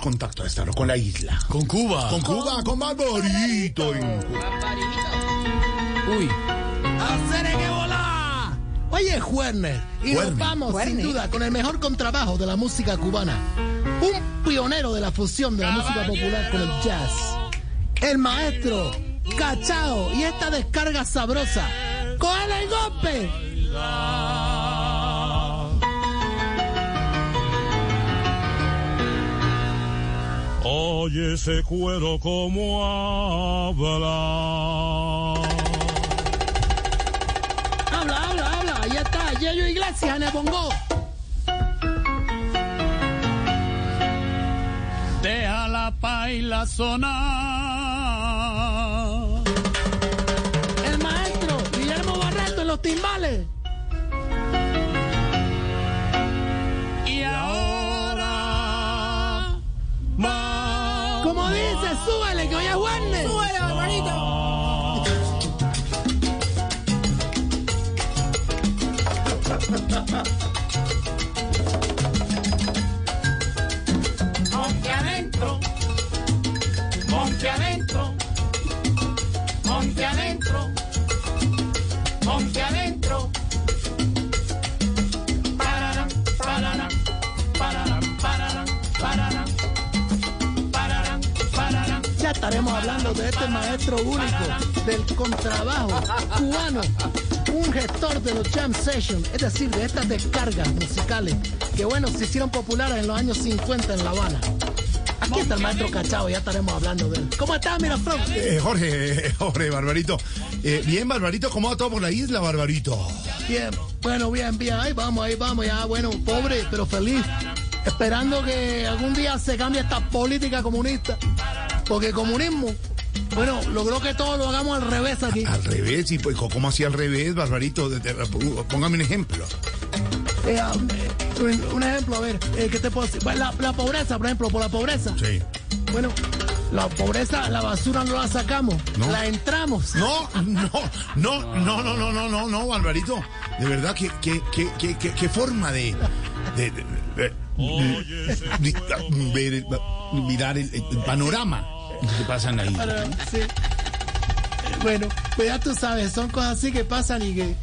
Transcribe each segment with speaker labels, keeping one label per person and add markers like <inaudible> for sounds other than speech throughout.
Speaker 1: contacto esta con la isla.
Speaker 2: Con Cuba.
Speaker 1: Con Cuba, con Barbarito. en Cuba.
Speaker 2: Uy. ¡Hacer que volar! Oye, Juernes, y
Speaker 1: Juernes.
Speaker 2: nos vamos
Speaker 3: Juernes.
Speaker 2: sin duda con el mejor contrabajo de la música cubana. Un pionero de la fusión de la música popular con el jazz. El maestro Cachao y esta descarga sabrosa. ¡Cógele el golpe!
Speaker 4: Oye ese cuero como habla.
Speaker 2: Habla, habla, habla. Ahí está, Yello Iglesias en el bongo.
Speaker 4: Deja la paila sonar.
Speaker 2: El maestro Guillermo Barreto en los timbales.
Speaker 4: Y ahora va.
Speaker 2: Como dice, súbele, que hoy es Juernes. Súbele, hermanito.
Speaker 4: Monte adentro. Monte adentro. Monte adentro. Monte adentro. Pararam, pararam, pararam, pararam, pararam. Pararam, pararam.
Speaker 2: Ya estaremos hablando de este maestro único del contrabajo cubano, un gestor de los jam sessions, es decir, de estas descargas musicales que, bueno, se hicieron populares en los años 50 en La Habana. Aquí está el maestro Cachao, ya estaremos hablando de él. ¿Cómo estás, Miraflor?
Speaker 1: Eh, Jorge, eh, Jorge, Barbarito. Eh, bien, Barbarito, ¿cómo va todo por la isla, Barbarito?
Speaker 2: Bien, bueno, bien, bien. Ahí vamos, ahí vamos, ya, bueno, pobre, pero feliz. Esperando que algún día se cambie esta política comunista. Porque el comunismo, bueno, logró que todo lo hagamos al revés aquí.
Speaker 1: Al revés, y pues, ¿cómo así al revés, Barbarito? De- de- uh, Póngame un ejemplo.
Speaker 2: Eh, ah, eh, un, un ejemplo, a ver, eh, ¿qué te puedo decir? Bueno, La, la pobreza, por ejemplo, por la pobreza.
Speaker 1: Sí.
Speaker 2: Bueno, la pobreza, la basura no la sacamos,
Speaker 1: No.
Speaker 2: la entramos.
Speaker 1: No, no, no, no, no, no, no, no, no, Barbarito. De verdad, qué, qué, qué, qué, qué, qué forma de. de, de- de- de- de- ver el- mirar el, el panorama que pasa en la isla.
Speaker 2: Para- sí. Bueno, pues ya tú sabes, son cosas así que pasan y que,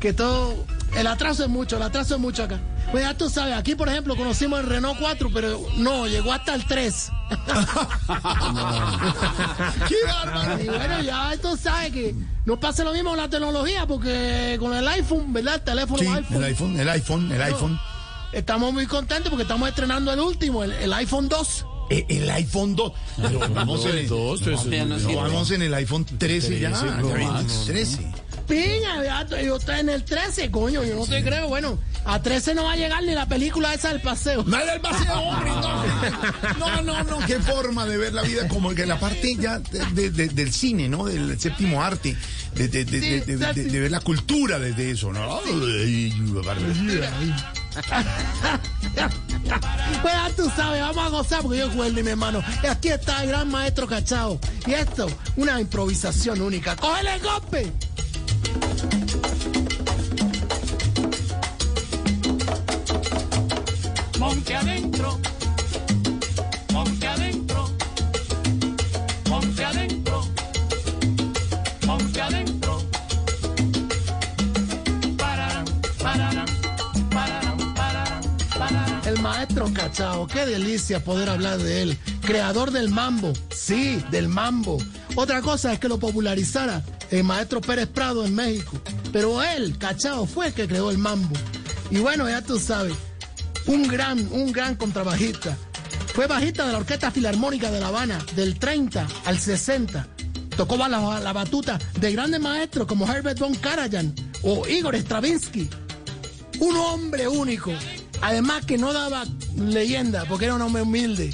Speaker 2: que todo. El atraso es mucho, el atraso es mucho acá. Pues ya tú sabes, aquí por ejemplo conocimos el Renault 4, pero no, llegó hasta el
Speaker 1: <laughs>
Speaker 2: 3.
Speaker 1: ¡Qué bárbaro!
Speaker 2: Y bueno, ya tú sabes que no pasa lo mismo con la tecnología, porque con el iPhone, ¿verdad? El teléfono
Speaker 1: Sí,
Speaker 2: iPhone.
Speaker 1: el iPhone, el iPhone, el iPhone.
Speaker 2: Estamos muy contentos porque estamos estrenando el último, el, el iPhone 2.
Speaker 1: Eh, El iPhone 2. <laughs> Pero vamos en el, no, vamos en el iPhone 13 ya. ya viene el 13.
Speaker 2: Piña, ya, t- yo estoy en el 13, coño, yo no te creo. Bueno, a 13 no va a llegar ni la película esa del paseo.
Speaker 1: No era el paseo, hombre, no. No, no, no. Qué forma de ver la vida, como que la parte ya de- de- de- del cine, ¿no? Del séptimo arte, de, de- de- de- de- de- de ver la cultura desde eso, ¿no? Ay, barbaridad.
Speaker 2: Pues ya tú sabes, vamos a gozar porque yo juego, mi hermano. Y aquí está el gran maestro Cachao. Y esto, una improvisación única. ¡Cógele el golpe!
Speaker 4: Monte adentro. Monte adentro. Monte adentro. Monte adentro. Pararam, pararam, pararam, pararam, pararam.
Speaker 2: El maestro Cachao, qué delicia poder hablar de él. Creador del mambo, sí, del mambo. Otra cosa es que lo popularizara el maestro Pérez Prado en México. Pero él, Cachao, fue el que creó el mambo. Y bueno, ya tú sabes, un gran, un gran contrabajista. Fue bajista de la Orquesta Filarmónica de La Habana del 30 al 60. Tocó ba- la, la batuta de grandes maestros como Herbert von Karajan o Igor Stravinsky un hombre único. Además que no daba leyenda porque era un hombre humilde.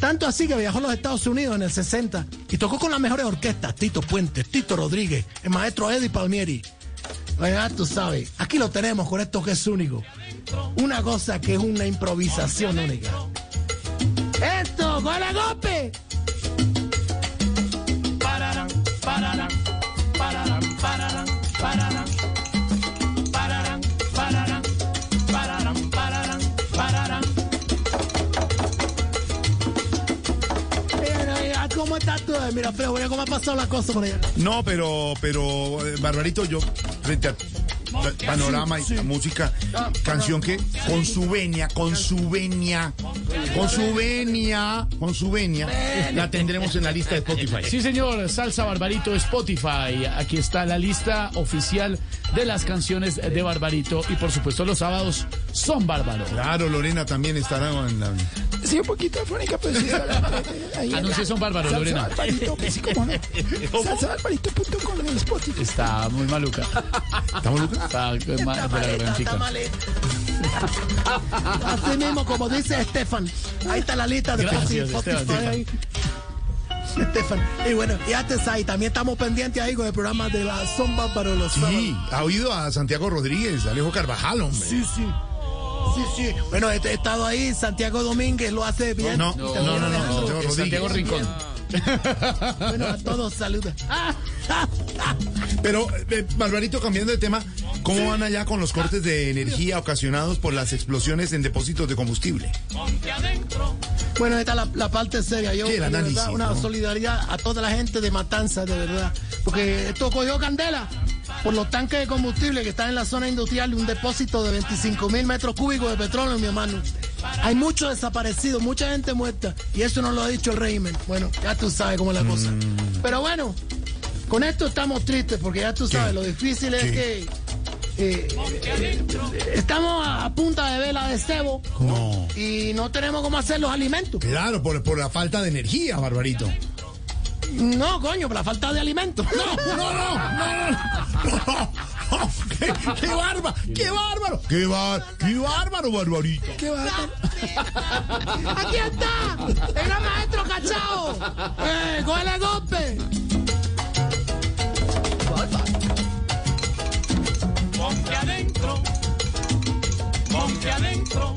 Speaker 2: Tanto así que viajó a los Estados Unidos en el 60 y tocó con las mejores orquestas, Tito Puente, Tito Rodríguez, el maestro Eddie Palmieri. Ya tú sabes, aquí lo tenemos con esto que es único. Una cosa que es una improvisación única. ¡Esto! ¡Con la golpe!
Speaker 4: Pararam, pararam, pararam, pararam, pararam. Pararam, pararam, pararam, pararam, pararam.
Speaker 2: cómo está todo. Mira, Feo, mira cómo ha pasado la cosa por allá.
Speaker 1: No, pero, pero, eh, Barbarito, yo, frente a pa- panorama y la música, canción que con su venia, con su venia, con su venia, con su venia, la tendremos en la lista de Spotify.
Speaker 3: Sí, señor, Salsa Barbarito Spotify. Aquí está la lista oficial de las canciones de Barbarito. Y por supuesto, los sábados son bárbaros.
Speaker 1: Claro, Lorena también estará en la...
Speaker 5: Sí, un poquito afónica, pero sí. está Ahí
Speaker 3: Ah, no, sí son bárbaros,
Speaker 5: Salsa
Speaker 3: Lorena.
Speaker 5: Barbarito, pues sí, cómo no. Salsabarbarito.com en el Spotify.
Speaker 3: Está muy maluca.
Speaker 1: ¿Estamos, Lucas?
Speaker 3: Está, ma-
Speaker 2: Está
Speaker 3: de la gran
Speaker 2: maleta, está
Speaker 3: chica.
Speaker 2: maleta. <laughs> Así mismo, como dice Estefan. Ahí está la lista de
Speaker 3: Gracias,
Speaker 2: Spotify.
Speaker 3: Estefan.
Speaker 2: ahí. Estefan. Y bueno, y antes ahí, también estamos pendientes ahí con el programa de la Zomba para los sábados.
Speaker 1: Sí, ha oído a Santiago Rodríguez, Alejo Carvajal, hombre.
Speaker 2: Sí, sí. Sí, sí. Bueno, eh, he he estado ahí, Santiago Domínguez lo hace bien.
Speaker 1: No, no, no, no, no, Santiago
Speaker 3: Santiago
Speaker 1: Rodríguez.
Speaker 3: Rincón.
Speaker 2: Bueno, a todos saludos.
Speaker 1: Pero, eh, Barbarito, cambiando de tema, ¿cómo van allá con los cortes de energía ocasionados por las explosiones en depósitos de combustible?
Speaker 2: Bueno, esta es la, la parte seria. Yo,
Speaker 1: Sí, el
Speaker 2: de verdad,
Speaker 1: análisis,
Speaker 2: una
Speaker 1: ¿no?
Speaker 2: solidaridad a toda la gente de Matanza, de verdad. Porque esto cogió candela por los tanques de combustible que están en la zona industrial de un depósito de 25 mil metros cúbicos de petróleo, mi hermano. Hay muchos desaparecidos, mucha gente muerta. Y eso no lo ha dicho el régimen. Bueno, ya tú sabes cómo es la cosa.
Speaker 1: Mm.
Speaker 2: Pero bueno, con esto estamos tristes porque ya tú sabes, lo difícil es
Speaker 1: Sí.
Speaker 2: que... eh, eh, estamos a, a punta de vela de cebo
Speaker 1: No.
Speaker 2: y no tenemos cómo hacer los alimentos.
Speaker 1: Claro, por, por la falta de energía, Barbarito.
Speaker 2: No, coño, por la falta de alimentos.
Speaker 1: No, no, no, no, no, <laughs> no. ¡Qué, qué bárbaro! ¡Qué bárbaro! ¡Qué, bar- qué bárbaro, Barbarito!
Speaker 5: Qué bárbaro.
Speaker 2: Aquí está, el gran maestro cachao. Eh, cógele golpe.
Speaker 4: Ponte adentro, ponte adentro,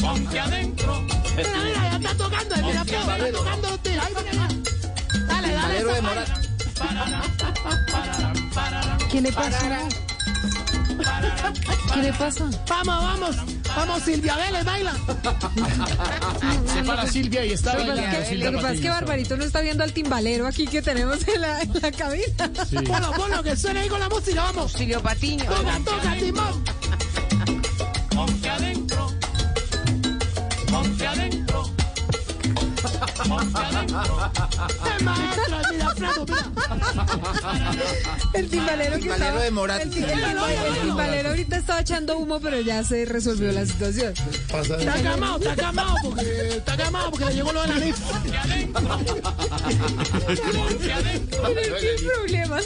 Speaker 4: ponte adentro,
Speaker 2: Mira, mira, ya está tocando, mira, Pío, ya está tocando los tiros. Ahí, mira, mira. Dale, dale. esa vaina.
Speaker 6: ¿Qué le pasa? ¿Qué le pasa?
Speaker 2: Vamos, vamos. Vamos, Silvia Vélez, baila.
Speaker 3: Para Silvia y está
Speaker 6: Lo que
Speaker 3: bailando
Speaker 6: pasa es que,
Speaker 3: Silvia
Speaker 6: lo que pasa es que
Speaker 3: Patiño.
Speaker 6: Barbarito no está viendo al timbalero aquí que tenemos en la, en la cabina.
Speaker 2: Bueno, ponlo que suene ahí con la música, vamos.
Speaker 6: Silvio Patiño.
Speaker 2: Toca, toca, timón.
Speaker 4: ponte adentro, ponte adentro, ponte adentro,
Speaker 2: El maestro, mira, Alfredo, mira.
Speaker 6: El timbalero, que
Speaker 5: timbalero
Speaker 6: estaba-
Speaker 5: de Morat.
Speaker 6: El, timbalero- el timbalero ahorita estaba echando humo, pero ya se resolvió la situación.
Speaker 2: Está camado, está camado, porque está camado porque le llegó lo de la NIF.
Speaker 6: Pero sin problemas.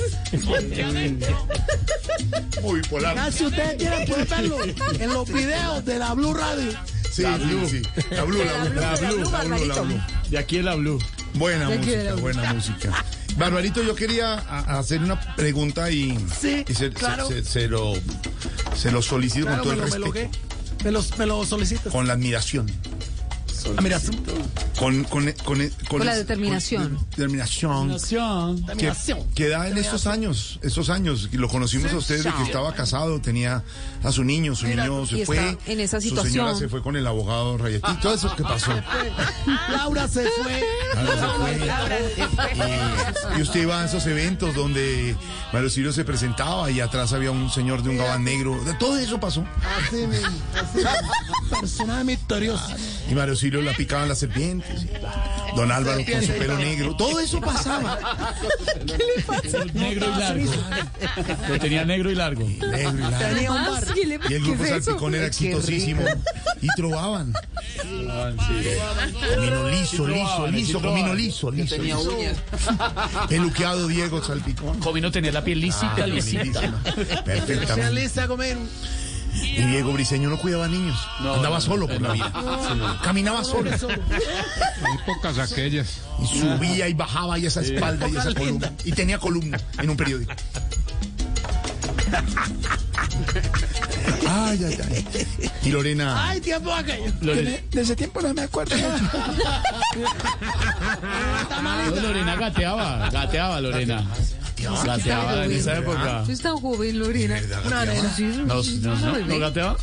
Speaker 1: Muy polar.
Speaker 2: Ya, si ustedes quieren pueden verlo en los videos de la Blue Radio.
Speaker 1: Sí, sí, sí. La blue, la blue, la blue, la blue, la blue.
Speaker 3: De aquí en la Blue.
Speaker 1: Buena
Speaker 6: Ya
Speaker 1: música,
Speaker 6: quiero.
Speaker 1: buena música. Barbarito, yo quería a- hacer una pregunta y,
Speaker 2: Sí,
Speaker 1: y se,
Speaker 2: claro.
Speaker 1: se- se- se lo, se lo solicito
Speaker 2: Claro,
Speaker 1: con todo
Speaker 2: me
Speaker 1: el
Speaker 2: lo, me lo,
Speaker 1: respeto,
Speaker 2: ¿qué? me lo, me lo solicitas.
Speaker 1: con la admiración.
Speaker 2: Ah, mira, sí,
Speaker 1: Con, con, con, con-
Speaker 6: la
Speaker 1: con-
Speaker 6: determinación.
Speaker 1: con- determinación.
Speaker 3: Nación.
Speaker 1: que,
Speaker 2: admiración.
Speaker 1: que da en estos años, estos años, y lo conocimos a usted de que estaba casado, tenía a su niño, su niño se
Speaker 6: y
Speaker 1: fue,
Speaker 6: está en esa
Speaker 1: su señora
Speaker 6: situación.
Speaker 1: se fue con el abogado Rayetti, todo eso que
Speaker 6: <laughs>
Speaker 1: pasó.
Speaker 2: Laura se fue.
Speaker 1: Ahora se fue. Y, y usted iba a esos eventos donde Mario Sirio se presentaba y atrás había un señor de un gabán negro, De- todo eso pasó.
Speaker 2: Así mismo, así mismo. Personaje misterioso.
Speaker 1: Y Mario Sirio la picaban las serpientes, y Don Álvaro con su pelo negro, todo eso pasaba.
Speaker 3: Negro y largo. Lo tenía negro y largo.
Speaker 1: Negro y largo.
Speaker 2: Tenía un
Speaker 6: Más,
Speaker 2: bar.
Speaker 6: ¿qué
Speaker 1: Y
Speaker 6: le-
Speaker 1: el
Speaker 6: qué
Speaker 1: grupo
Speaker 6: es eso?
Speaker 1: Salpicón era exitosísimo. Y trovaban. Camino liso, liso,
Speaker 3: trovaban, sí
Speaker 1: liso,
Speaker 3: trovaban.
Speaker 1: camino liso, liso. liso. <laughs> Peluqueado Diego Salpicón.
Speaker 3: Jovino tenía la piel
Speaker 1: Ah,
Speaker 3: lisita, lisita.
Speaker 1: Lindísima.
Speaker 2: Se
Speaker 1: Perfectamente.
Speaker 2: lista a comer.
Speaker 1: Y Diego Briseño no cuidaba niños. Andaba solo por la vida. Caminaba solo.
Speaker 7: Épocas aquellas.
Speaker 1: Y subía y bajaba y esa espalda y esa columna. Y tenía columna en un <laughs> periódico. Ay, ay, ay. Y Lorena.
Speaker 2: Ay, tiempo
Speaker 1: <laughs>
Speaker 2: aquello.
Speaker 3: Lo-
Speaker 5: De, de ese tiempo no me acuerdo mucho.
Speaker 3: Ah, Lorena gateaba, gateaba Lorena. Gateaba Ah, en esa época.
Speaker 6: Tú estás juvenil, Lorena.
Speaker 1: ¿verdad?
Speaker 6: Sí,
Speaker 3: ¿No, no, no, no gateaba?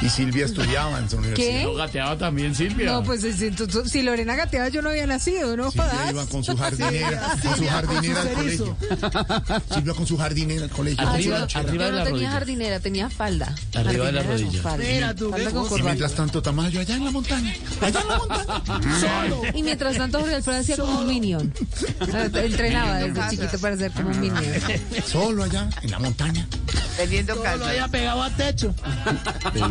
Speaker 1: y Silvia estudiaba en su universidad.
Speaker 3: Lo gateaba también Silvia.
Speaker 6: No, pues si, tú- tú- si Lorena gateaba yo no había nacido, ¿no?
Speaker 1: Silvia
Speaker 6: jodas.
Speaker 1: iba con su
Speaker 2: <laughs>
Speaker 6: <laughs>
Speaker 1: jardinera,
Speaker 2: Sí,
Speaker 1: con su
Speaker 2: Silvia, con
Speaker 1: jardinera
Speaker 2: su Ah,
Speaker 1: al
Speaker 2: cerizo.
Speaker 1: colegio. Silvia con su jardinera al colegio. con su
Speaker 3: Arriba,
Speaker 1: lonchera.
Speaker 3: arriba
Speaker 8: Ah, Yo no
Speaker 3: de la
Speaker 8: tenía
Speaker 3: rodilla.
Speaker 8: jardinera, tenía falda.
Speaker 3: Arriba de
Speaker 8: Jardinera
Speaker 3: la
Speaker 8: no,
Speaker 3: rodilla.
Speaker 8: falda.
Speaker 2: Mira tú, qué
Speaker 8: Falda con
Speaker 2: cosa.
Speaker 1: Y
Speaker 8: corbata.
Speaker 1: mientras tanto, Tamayo allá en la montaña, allá en la <laughs> montaña.
Speaker 2: Solo.
Speaker 8: Y mientras tanto Jorge Alfredo hacía como un
Speaker 3: <laughs>
Speaker 8: minion. Ah, Entrenaba desde chiquito para ser como un minion.
Speaker 1: Solo allá en la montaña.
Speaker 9: Teniendo
Speaker 2: Lo
Speaker 9: calma.
Speaker 2: había pegado al techo.
Speaker 1: Ah.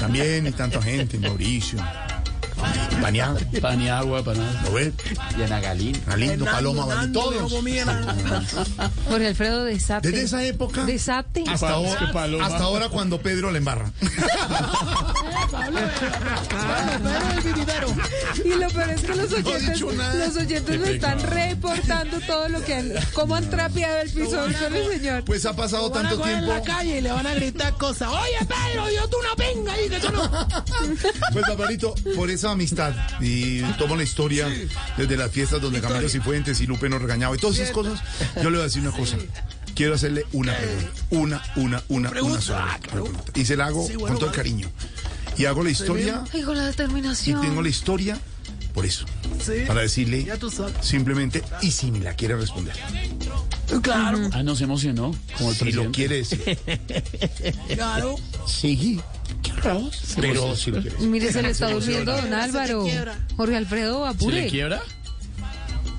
Speaker 1: También y tanta gente, Mauricio. Paniagua,
Speaker 3: Paniagua, panada.
Speaker 1: Nobel,
Speaker 3: Y Anagalín.
Speaker 1: Galindo, Paloma, Balín, todos.
Speaker 8: Jorge Alfredo desate.
Speaker 1: Desde esa época Ah,
Speaker 8: Desate.
Speaker 1: hasta ahora, hasta ahora cuando Pedro le embarra.
Speaker 2: Pero el vividero.
Speaker 6: Y lo peor es que los oyentes,
Speaker 1: dicho nada.
Speaker 6: los oyentes me están reportando todo lo que han, cómo han trapeado el piso con el señor.
Speaker 1: Pues ha pasado
Speaker 2: Van a
Speaker 1: tanto
Speaker 2: coger en
Speaker 1: tiempo.
Speaker 2: la calle y le van a gritar cosas. Oye, Pedro, yo tú una pinga ahí que tú no.
Speaker 1: <laughs> Pues Barbarito, por esa amistad y tomo la historia desde las fiestas donde Camilo Cifuentes y Lupe nos regañaba y todas esas cosas, yo le voy a decir una cosa. Quiero hacerle una pregunta. Una, una, una, una
Speaker 2: Ah,
Speaker 1: sola pregunta. Y se la hago con todo el cariño. Y hago la historia
Speaker 8: Ay, con la
Speaker 1: y
Speaker 8: determinación.
Speaker 1: tengo la historia por eso.
Speaker 2: Sí.
Speaker 1: Para decirle
Speaker 2: Ya tú sabes.
Speaker 1: simplemente, y si me la quiere responder.
Speaker 2: Claro,
Speaker 3: Ah, no se emocionó. Como el
Speaker 1: Si lo
Speaker 3: presidente.
Speaker 1: quiere
Speaker 3: <laughs>
Speaker 1: decir.
Speaker 2: claro.
Speaker 1: Sí. Pero si lo quiere decir.
Speaker 8: Mire, se le está durmiendo don
Speaker 2: Se le
Speaker 8: Álvaro.
Speaker 2: quiebra.
Speaker 8: Jorge Alfredo,
Speaker 3: ¿Se le
Speaker 8: apure.
Speaker 3: quiebra?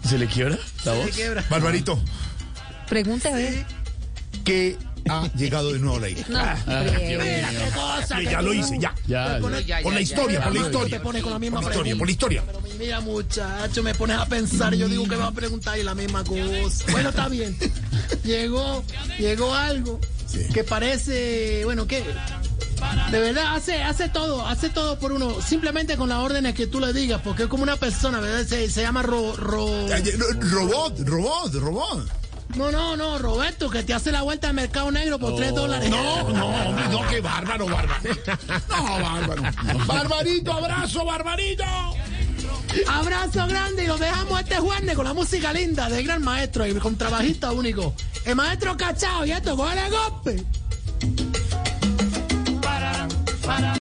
Speaker 3: ¿Se le quiebra la voz?
Speaker 2: Quiebra.
Speaker 1: Barbarito,
Speaker 8: Pregunte a ver.
Speaker 1: ¿qué ha llegado de nuevo a la idea?
Speaker 8: No,
Speaker 3: Ah,
Speaker 8: hombre.
Speaker 3: Dios mío.
Speaker 2: Qué cosa.
Speaker 1: Que
Speaker 2: que
Speaker 1: Ya
Speaker 2: tú
Speaker 1: lo
Speaker 2: no.
Speaker 1: hice, ya.
Speaker 3: Ya, ya.
Speaker 9: Ya, ya,
Speaker 1: Por la
Speaker 9: ya,
Speaker 1: historia,
Speaker 9: ya.
Speaker 1: por la
Speaker 2: Te
Speaker 1: historia.
Speaker 2: pones con la misma
Speaker 1: Por la historia, por la historia.
Speaker 2: Mira, muchacho, me pones a pensar. Yo digo que me va a preguntar y la misma cosa. Bueno, está bien. Llegó, llegó algo
Speaker 1: Sí.
Speaker 2: que parece, bueno, que de verdad hace, hace todo, hace todo por uno, simplemente con las órdenes que tú le digas, porque es como una persona, ¿verdad? Se, se llama Ro, Ro-
Speaker 1: Ay, ro- Robot, robot, robot.
Speaker 2: No, no, no, Roberto, que te hace la vuelta al mercado negro por tres dólares.
Speaker 1: No, no, hombre, no, qué bárbaro, bárbaro. No,
Speaker 3: Ah,
Speaker 1: bárbaro. Barbarito, abrazo, barbarito.
Speaker 2: Abrazo grande y los dejamos este jueves con la música linda del gran maestro y con trabajista único. El maestro cachao y esto, el golpe.